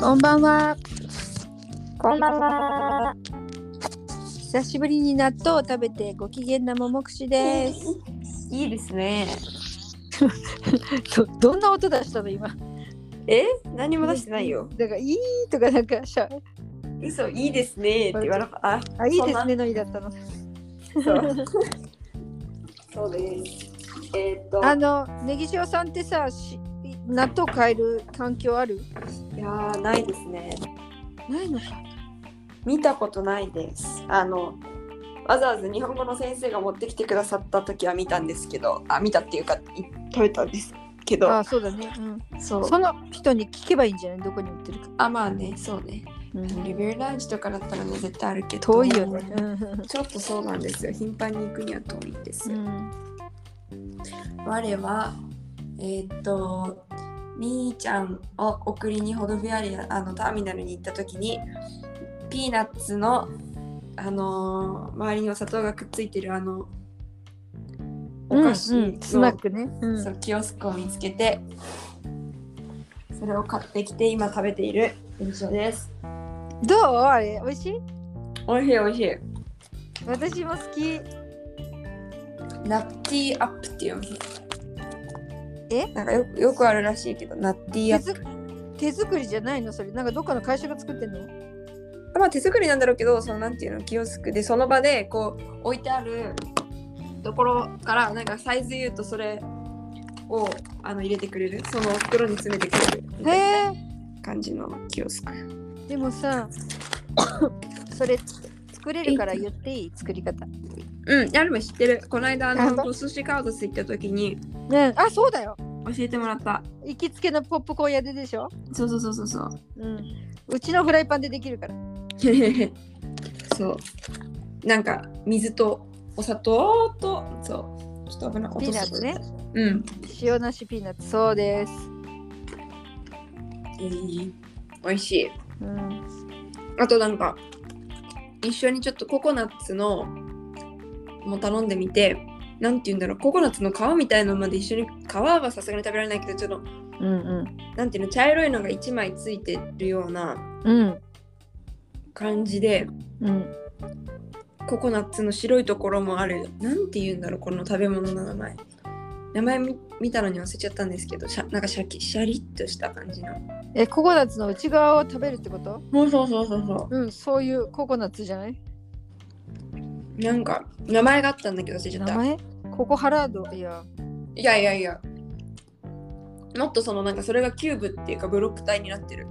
こんばんは。こんばんは。久しぶりに納豆を食べてご機嫌なももくしです。いいですね。どどんな音出したの今。え、何も出してないよ。だからいいとかなんかしゃ嘘、いいですねって言わなかった。あ、あいいですねのいだったの。そう。 そうです。えーっと、あのネギ塩さんってさし納豆変える環境ある？いやー、ないですね。ないのか。見たことないです。あの、わざわざ日本語の先生が持ってきてくださった時は見たんですけど、あ、見たっていうか、い食べたんですけど、あそうだね。うそん。う。その人に聞けばいいんじゃない？どこに売ってるか。あ、まあね、そうね。うんリベルランチとかだったらね、絶対あるけど。遠いよね。うんちょっとそうなんですよ。頻繁に行くには遠いんですうよ。ん。我は、えーっと、みーちゃんを送りにホドフィアリアあのターミナルに行った時に、ピーナッツの、あのー周りにお砂糖がくっついてるあの、お菓子うの、んうんスナックね。うんそうキオスクを見つけて、それを買ってきて今食べている印象です。どうあれ美味しい？おいしいおいしい。私も好き。ナッティーアップっていうお店。えなんかよよくあるらしいけど、ナッティーア手ップ。作手作りじゃないのそれなんかどっかの会社が作ってんの？まあ手作りなんだろうけど、そのなんていうの、キオスクで、その場でこう置いてあるところから、なんかサイズ言うとそれをあの入れてくれる、その袋に詰めてくれるみたいへえ。な感じのキオスク。でもさ、 それ作れるから言っていい作り方。うん、やるも知ってる。この間、ああ本の、当お寿司カードス行った時にね、あ、そうだよ。教えてもらった。行きつけのポップコーン屋ででしょ。そうそうそうそうそう。うん。うちのフライパンでできるから。 そう。なんか水とお砂糖とそう。ちょっと危ない。ピーナッツね。うん。塩なしピーナッツ。そうです。いい。美味しい。うん。あとなんか一緒にちょっとココナッツのも頼んでみて。なんて言うんだろうココナッツの皮みたいのまで一緒に皮はさすがに食べられないけどちょっとうんなんていうの茶色いのが1枚ついてるようなうん。うん。感じでうん。ココナッツの白いところもあるなんて言うんだろうこの食べ物の名前名前み見たのに忘れちゃったんですけどシャなんかシャキシャリッとした感じのえ、ココナッツの内側を食べるってことそうそうそうそうそうん、そういうココナッツじゃないうなんか名前があったんだけど忘れちゃっ名た前ココハラード。いや。いやいやいやもっとそのなんかそれがキューブっていうかブロック体になってる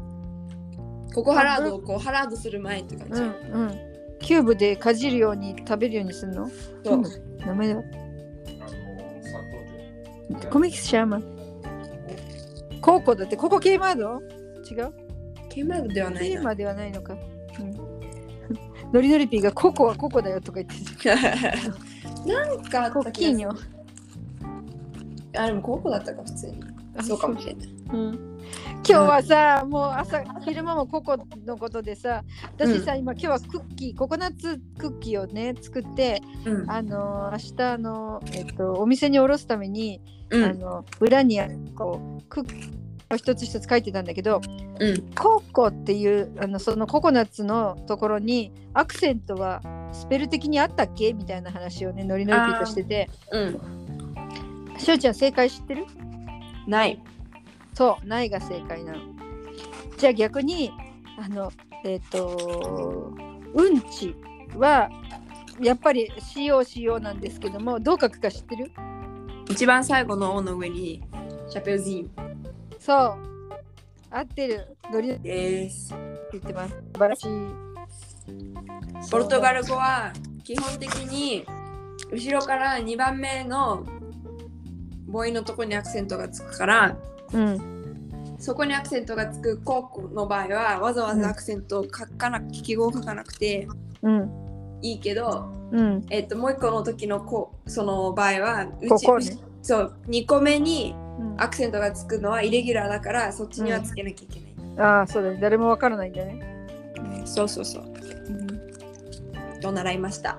ここハラードをこうハラードする前って感うじ、んうん。キューブでかじるように食べるようにするのそう名前だ。コミックスシャーマン。コーコだって、ココケイマード違うケーマードではなケいイなマーではないのか。うん、 ノリノリピーがココはココだよとか言ってる。 なんかあコったッキーニョ。あでも高校だったか普通にあそうかもしれないうん今日はさ、もう朝、昼間もココのことでさ、私さ、今今日はクッキー、ココナッツクッキーをね、作って、うんあのー、明日、あのー、えっと、お店におろすために、うあんの裏にこうクッキーを一つ一つ書いてたんだけどうんココっていうあのそのココナッツのところにアクセントはスペル的にあったっけみたいな話をねノリノリピーとしててうんしおちゃん正解知ってるないそうないが正解なのじゃあ逆にあのえっ、とうんちはやっぱり COCO なんですけどもどう書くか知ってる一番最後の「O」の上にシャペルジーンそう合ってるノリノリってです言ってます素晴らしいポルトガル語は基本的に後ろから2番目の母音のとこにアクセントがつくからうん、そこにアクセントがつくコークの場合はわざわざアクセントを書かな記号を書かなくてうん、いいけど、うん、えっともう一個の時のこその場合はうちここねうちそう2個目にあアクセントがつくのはイレギュラーだからそっちにはつけなきゃいけない。あー、そうだね、誰もわからないんだね。そうそうそう。と習いました。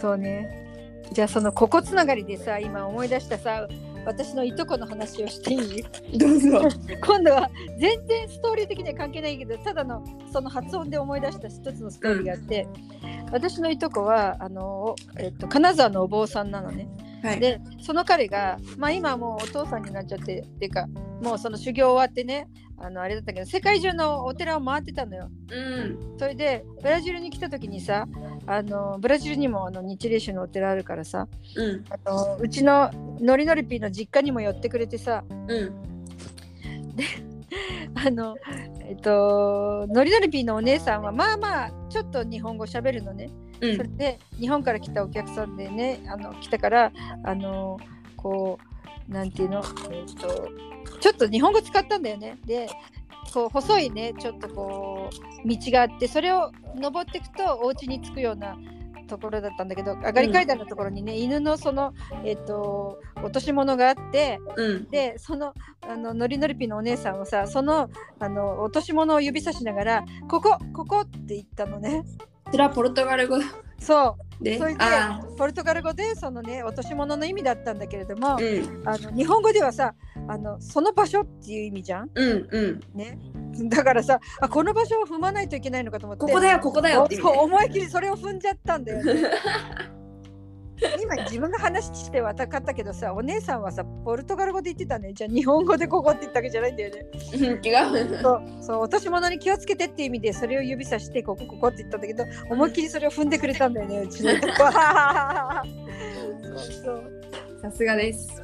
そうね。じゃあそのここつながりでさ今思い出したさ私のいとこの話をしていい どうぞ。今度は全然ストーリー的には関係ないけどただのその発音で思い出した一つのストーリーがあって、私のいとこはあの、えっと、金沢のお坊さんなのね。はい。でその彼が、まあ、今はもうお父さんになっちゃってっていうかもうその修行終わってねあのあれだったけど世界中のお寺を回ってたのよ。うん。それでブラジルに来た時にさあのブラジルにもあの日霊宗のお寺あるからさうん。あのうちのノリノリピーの実家にも寄ってくれてさうん。あのえっとノリノリピーのお姉さんはまあまあちょっと日本語喋るのね。うそれん。で日本から来たお客さんでねあの来たからあのこうなんていうの、えっとちょっと日本語使ったんだよねでこう細いねちょっとこう道があってそれを登っていくとお家に着くようなところだったんだけど上がり階段のところにね、犬のその、えっと落とし物があってうん。でそのあのノリノリピのお姉さんはさそのあの落とし物を指さしながら「ここここ」って言ったのね。こちらポルトガル語そうでそれ。であポルトガル語でそのね落とし物の意味だったんだけれども、あ。うん。あの日本語ではさあのその場所っていう意味じゃんうん。うん。ねだからさあこの場所を踏まないといけないのかと思ってここだよ、ここだよって意味そねう思い切りそれを踏んじゃったんだよ、 ね、今自分が話してわたかったけどさお姉さんはさポルトガル語で言ってたねじゃあ日本語でここって言ったわけじゃないんだよねうん 違う。そうそう落とし物に気をつけてっていう意味でそれを指さしてここここって言ったんだけど思いっきりそれを踏んでくれたんだよねうちの とこ そうそうさすがです。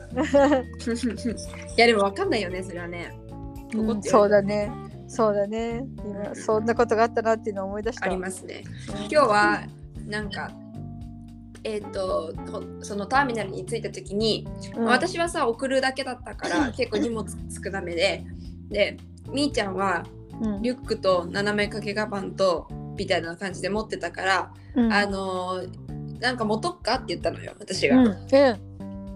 いや、でもわかんないよね、それはね。ここってそうだねそうだね今そんなことがあったなっていうのを思い出したありますね。今日は、なんか、えっと、とそのターミナルに着いた時に、うん私はさ送るだけだった から結構荷物少なめででみーちゃんはうんリュックと斜め掛けガバンとみたいな感じで持ってたから、うんあのーなんか持とっかって言ったのよ私うが。んうん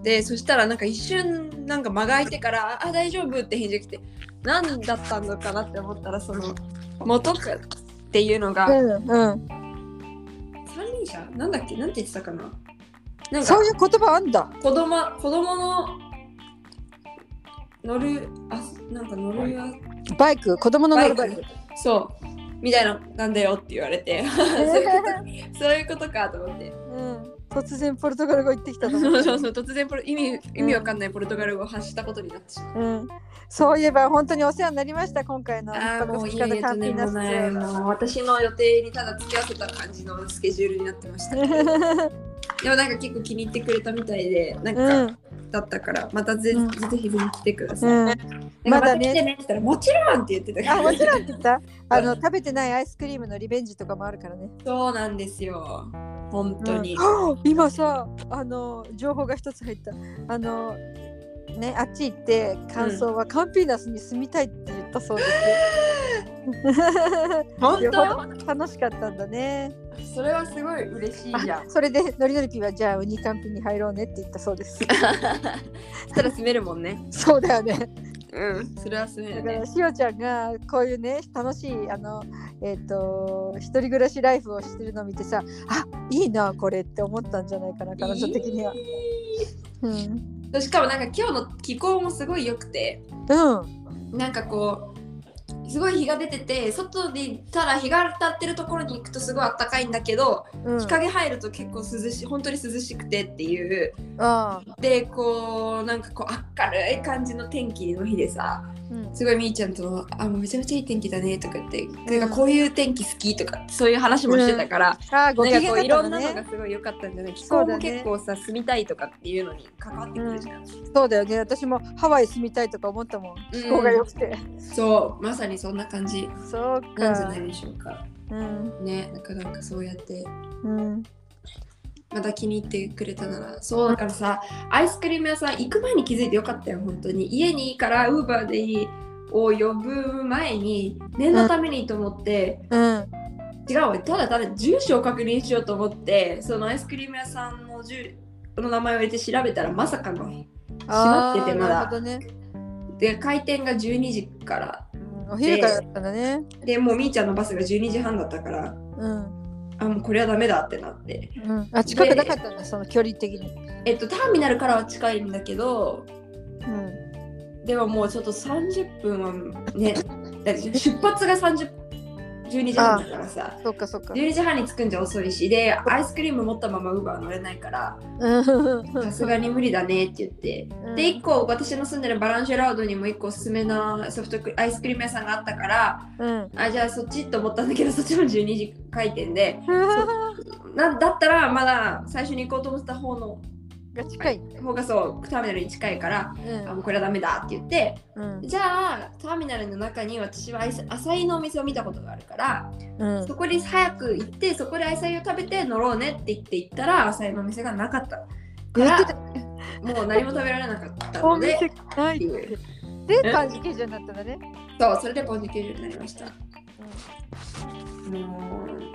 でそしたらなんか一瞬なんか間が空いてから「あ大丈夫」って返事来て何だったのかなって思ったらその「持とっか」っていうのが、うんうん三輪車なんだっけなんて言ってたかななんかそういう言葉あんだ子供子供の乗るあなんか乗るやバイク子供の乗るバイクそうみたいななんだよって言わ れてそういうことそういうことかと思ってうん突然ポルトガル語言ってきたと思そううそうそう突然ポル意味意味わかんないポルトガル語を発したことになってしまううんそういえば本当にお世話になりました今回のああもういいねとねもうねもう私の予定にただ付き合わせた感じのスケジュールになってました でもなんか結構気に入ってくれたみたいでなんうかんだったからまたぜ,、うんぜひぜひ来てください、うんままただ来ねてねって言ったら、もちろんって言ってたかあらも。ちろんって言ったあの食べてないアイスクリームのリベンジとかもあるからねそうなんですよ。本当に。うん今さあの情報が一つ入ったあのねあっち行って感想は、カンピーナスに住みたいって言ったそうです 本 よよほど楽しかったんだねそれはすごい嬉しいじゃん。それでノリノリピーはじゃあウニカンピに入ろうねって言ったそうです したら住めるもんね。そうだよねうん。それは住めだるかね。らしおちゃんがこういうね楽しいあのえっ、と一人暮らしライフをしてるのを見てさあいいなこれって思ったんじゃないかな彼女的には、うんしかもなんか今日の気候もすごい良くて、うんなんかこう、すごい日が出てて、外でいたら日が当たってるところに行くとすごい暖かいんだけど、うん日陰入ると結構涼しい、本当に涼しくてっていう。あで、こう、なんかこう明るい感じの天気の日でさ、ーうんすごいみーちゃんと「あもうめちゃめちゃいい天気だね」とか言って、んなんかこういう天気好きとかそういう話もしてたから、あーご機なんか嫌だこうっいたろのんなのがね。すごい良かったんじゃない気そ候うだもね結構さ住みたいとかっていうのに関わってくるじゃん、そうだよね。私もハワイ住みたいとか思ったもん。気候が良くて。そうまさにそんな感じそうなんじゃかな。いでしょうかうん。ねなんかなんかそうやってうん。また気に入ってくれたならそうだからさアイスクリーム屋さん行く前に気づいてよかったよ本当に家にいいからウーバーでいいを呼ぶ前に念のためにと思って、うん。違うわただただ住所を確認しようと思ってそのアイスクリーム屋さんの住の名前を入れて調べたらまさかのまっててあーまなだるほどね。で開店が12時からうんお昼からだったんだね。でもうみーちゃんのバスが12時半だったからうん。あもうこれはダメだってなってうん。あ、近くなかったんだ、その距離的に。えっとターミナルからは近いんだけどうん、でももうちょっと30分はね、だって出発が30 12時半だからさ、そっかそっか。 12時半に着くんじゃ遅いし、で、アイスクリーム持ったままウーバー乗れないから、さすがに無理だねって言って。で、1個、私の住んでるバランシェラードにも1個おすすめなソフトクリアイスクリーム屋さんがあったから、うん、あ、じゃあそっちと思ったんだけど、そっちも12時開店で、うん、なだったらまだ最初に行こうと思ってた方のが近い。方がそう、ターミナルに近いから、あもうこれはダメだって言って、うん、じゃあターミナルの中に私はアイスアサイのお店を見たことがあるから、うん、そこに早く行ってそこでアサイを食べて乗ろうねって言って行ったらアサイのお店がなかった言ってかたらもう何も食べられなかったおので店ないって。で、漢字形状になったんだね。そうそれでポンジュ球場になりましたも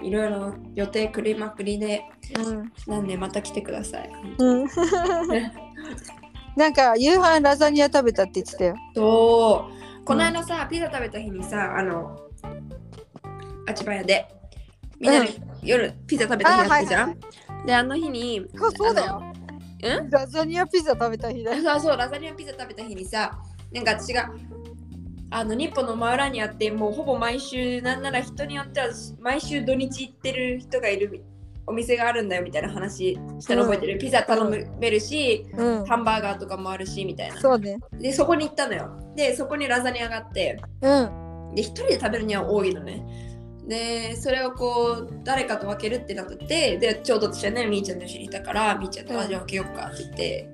ういろいろ予定狂いまくりでうん、なんでまた来てください うん、なんか夕飯ラザニア食べたって言ってたよ。とこの間さ、ピザ食べた日にさあのあちばやでみんなで夜ピザ食べた日あったじゃん、あはであの日にあそうだよ。うんラザニアピザ食べた日だよ。そうそうラザニアピザ食べた日にさなんか私があの日本の真裏にあってもうほぼ毎週なんなら人によっては毎週土日行ってる人がいるお店があるんだよみたいな話したの覚えてる、ピザ頼めるし、うん、ハンバーガーとかもあるしみたいなそうね。でそこに行ったのよでそこにラザニアがあってうん、で一人で食べるには多いのねでそれをこう誰かと分けるってなっててでちょうど私はねみーちゃんと一緒にいたからみーちゃんと味を分けようかって言って、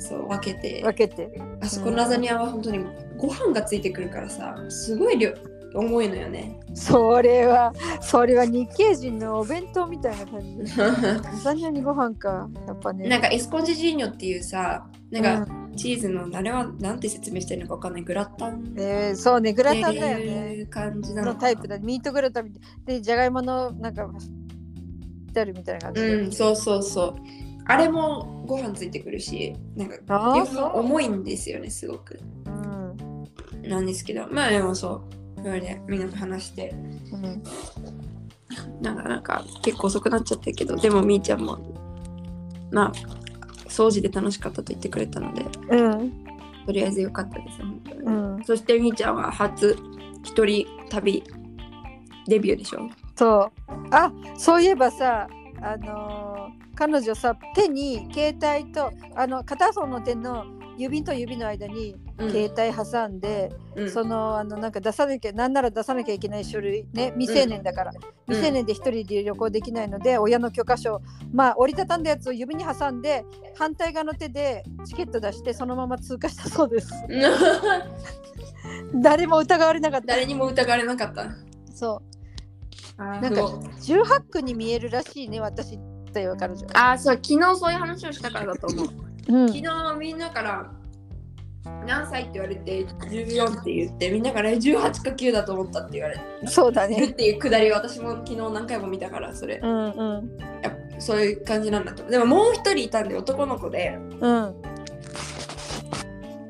そう分けて分けて。あそこのラザニアは本当にご飯がついてくるからさすごい量重いのよねそれは、それは日系人のお弁当みたいな感じ。ラザニアにご飯か、やっぱね。なんかエスコンジジーニョっていうさなんうかチーズのあれはなんて説明してるのかわかんないグラタンんえーそうね、グラタンだよってね。いう感じなののかなタイプだ、ね、ミートグラタンみたいで、じゃがいものなんか、たるみたいな感じで。うんそうそうそうあれもご飯ついてくるしなんかあー両方重いんですよねすごくうんなんですけどまあでもそうそれでみんなと話してうんなんかなんか結構遅くなっちゃったけどでもみーちゃんもまあ掃除で楽しかったと言ってくれたのでうんとりあえず良かったです本当に、うんそしてみーちゃんは初一人旅デビューでしょそうあそういえばさあのー彼女さ手に携帯とあの片方の手の指と指の間に携帯挟んで、うんそのあのなんか出さなきゃなんなら出さなきゃいけない書類ね未成年だから、未成年で一人で旅行できないので親の許可証まあ折りたたんだやつを指に挟んで反対側の手でチケット出してそのまま通過したそうです 誰も疑われなかった 誰にも疑われなかったそうあなーんかすごい18区に見えるらしいね私だよ彼女あーそう昨日そういう話をしたからだと思ううん昨日みんなから何歳って言われて14って言ってみんなからえ18か9だと思ったって言われそうだるねっていうくだりを私も昨日何回も見たからそれうんうんやっぱそういう感じなんだと思うでももう一人いたんで男の子でうん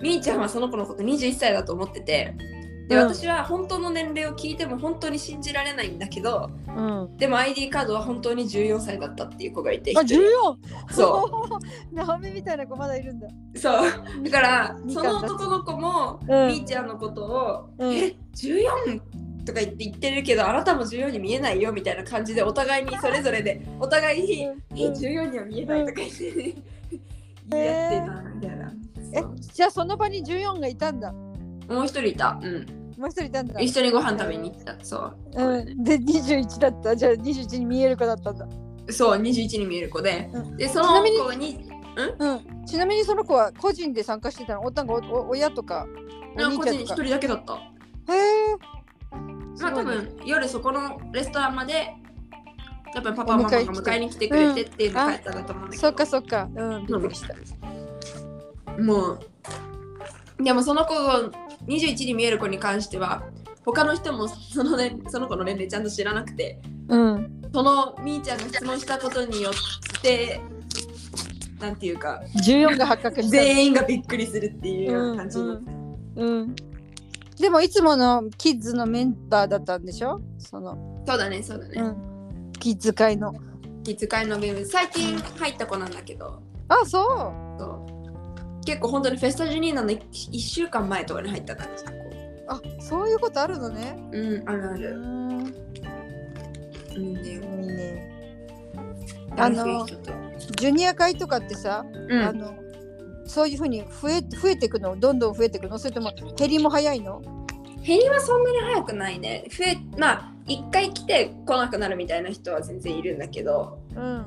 みーちゃんはその子のこと21歳だと思っててでうん私は本当の年齢を聞いても本当に信じられないんだけどうんでも ID カードは本当に14歳だったっていう子がいてあ一14人そ ナオミみたいな子まだいるんだうそうだからみそかんだの男の子もみうんーちゃんのことをうんえ 14? とか言って言ってるけどあなたも14に見えないよみたいな感じでお互いにそれぞれでお互いにうん「え14には見えない」とか言って 言い合ってたみたいな。えそうじゃあその場に14がいたんだももう一人いた、うん、う一人いたんだ一緒にご飯食べに行ったそう,、うん、で21だったじゃあ21に見える子だったんだ、そう21に見える子で、うんでその子にうん、ちなみにその子は個人で参加してたのおったんがおお親とかおなん兄か個ちゃ人ん一とか人だけだったへえまあ多分夜そこのレストランまで多分パパおママ迎がえ来て迎えに来てくれてっていうのがあったんだと思うんだけど、そっかそっかうんびっくりしたもうでもその子を21に見える子に関しては他の人もその,、ね、 その子の年齢ちゃんと知らなくてうんそのみーちゃんが質問したことによってなんていうか14が発覚したんだ全員がびっくりするっていうような感じになって、うん。でもいつものキッズのメンバーだったんでしょその、そうだねそうだうね、ん、キッズ会の。気遣いのゲーム最近入った子なんだけどあ、そう。そう結構本当にフェスタジュニーナの 1, 週間前とかに入ったんだ結構あそういうことあるのね。うんあるあうるんうんねいいね。ああののうジュニア会とかってさ、あんのそういうふうに増え増えていくのどんどん増えていくのそれとも減りも早いの減りはそんなに早くないね増えまあ一回来て来なくなるみたいな人は全然いるんだけどうん。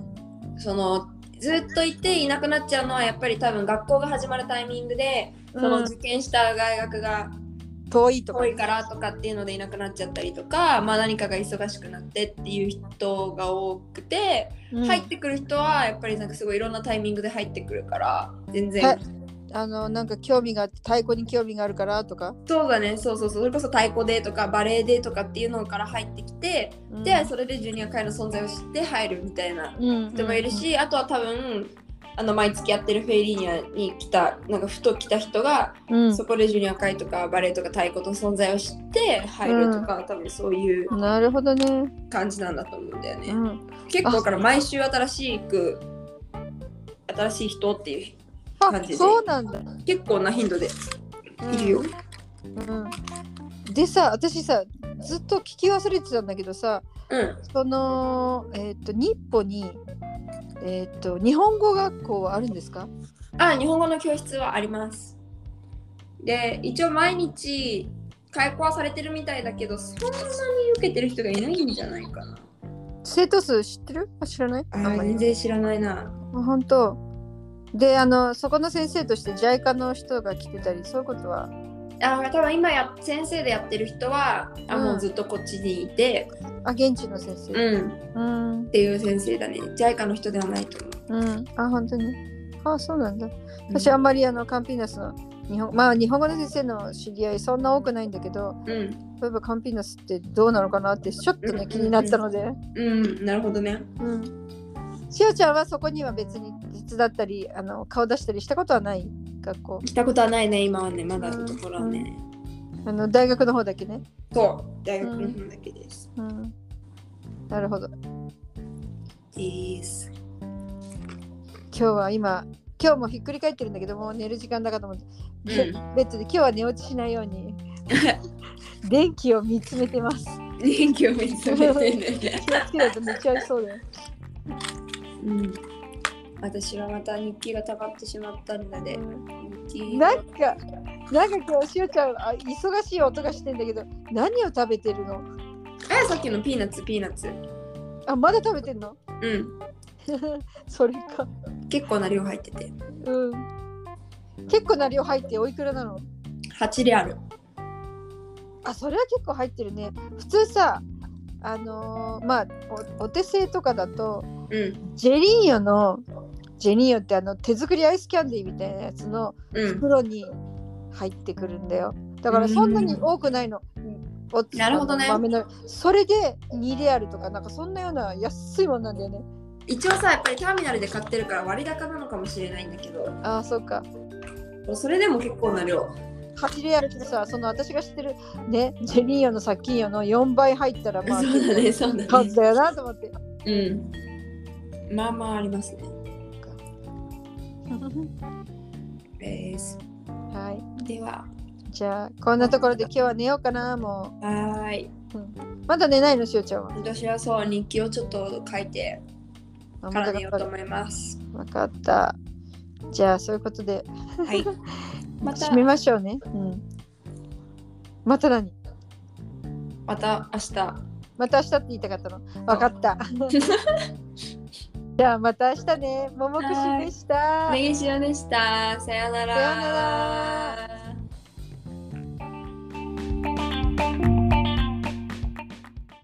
そのずっといていなくなっちゃうのはやっぱり多分学校が始まるタイミングでそのうん受験した大学が遠いとか遠。いからとかっていうのでいなくなっちゃったりとか、まあ、何かが忙しくなってっていう人が多くて、うん入ってくる人はやっぱりなんかすごいいろんなタイミングで入ってくるから全は然いあのなんか興味があって太鼓に興味があるからとか。そうだねそうそうそうそれこそ太鼓でとかバレエでとかっていうのから入ってきて、うんでそれでジュニア会の存在を知って入るみたいなうん人もいるし、あとは多分あの毎月やってるフェリーニアに来たなんかふと来た人が、うんそこでジュニア会とかバレエとか太鼓の存在を知って入るとか、多分そういうなるほどね。感じなんだと思うんだよね。うん、結構だから毎週新しく新しい人っていうあ感じでそうなんだ。結構な頻度でいるよ。うん、でさ私さずっと聞き忘れてたんだけどさうん。そのえっ、と日本にえっ、と日本語学校はあるんですかあ、日本語の教室はあります。で、一応毎日開講はされてるみたいだけど、そんなに受けてる人がいないんじゃないかな。生徒数知ってるあ知らないあんまり全然知らないな。あ本当であのそこの先生として JICA の人が来てたりそういうことはあ、多分今や先生でやってる人は、あうんもうずっとこっちにいて、あ現地の先生うん、っうんていう先生だね。JICA の人ではないと思う。うん、あ本当にあそうなんだ私あんまりあのカンピーナスの日本まあ日本語の先生の知り合いそんな多くないんだけどうん、例えばカンピーナスってどうなのかなってちょっとうんうんうねん気になったのでうん、なるほどね。うんしおちゃんはそこには別に手伝ったりあの顔出したりしたことはない学校来たことはないね、今はね、まだのところはね。あの大学の方だけねそう、大学学のの方だけです。うんなるほどです。今日は今今日もひっくり返ってるんだけどもう寝る時間だかと思って、うんベ ベッドで今日は寝落ちしないように電気を見つめてます人気を見つめてね。気をつけないと寝ちゃいそうだようん。私はまた日記が溜まってしまったので、日記なんかなんか今日しおちゃんあ忙しい音がしてんだけど何を食べてるのあ、さっきのピーナッツ、ピーナッツ。あまだ食べてんのうん。それか結構な量入ってて。うん結構な量入っておいくらなの8レアル。あそれは結構入ってるね普通さあのーまあおお手製とかだとうん。ジェリーヨのジェリーヨってあの手作りアイスキャンディーみたいなやつのうん。袋に入ってくるんだよだからそんなに多くないの、おなるほどねあの豆のそれで2レアルとかなんかそんなような安いもんなんだよね一応さ、やっぱりターミナルで買ってるから割高なのかもしれないんだけど、ああそうかそれでも結構な量。 8レアルってさその私が知ってるねジェリーヨのサッキーヨの4倍入ったらまあそうだね、そうだね数。だよなと思ってうん。まあまあありますね。です。はいでは、じゃあこんなところで今日は寝ようかなもはーい。うまだ寝ないのしおちゃんは私はそう日記をちょっと書いてあかまらだ寝ようと思います。わかったじゃあそういうことではい。また締めましょうねうんまた何また明日。また明日って言いたかったのわか ったじゃあまた明日ねももくしでしたネギ塩でした。さようなら。さようなら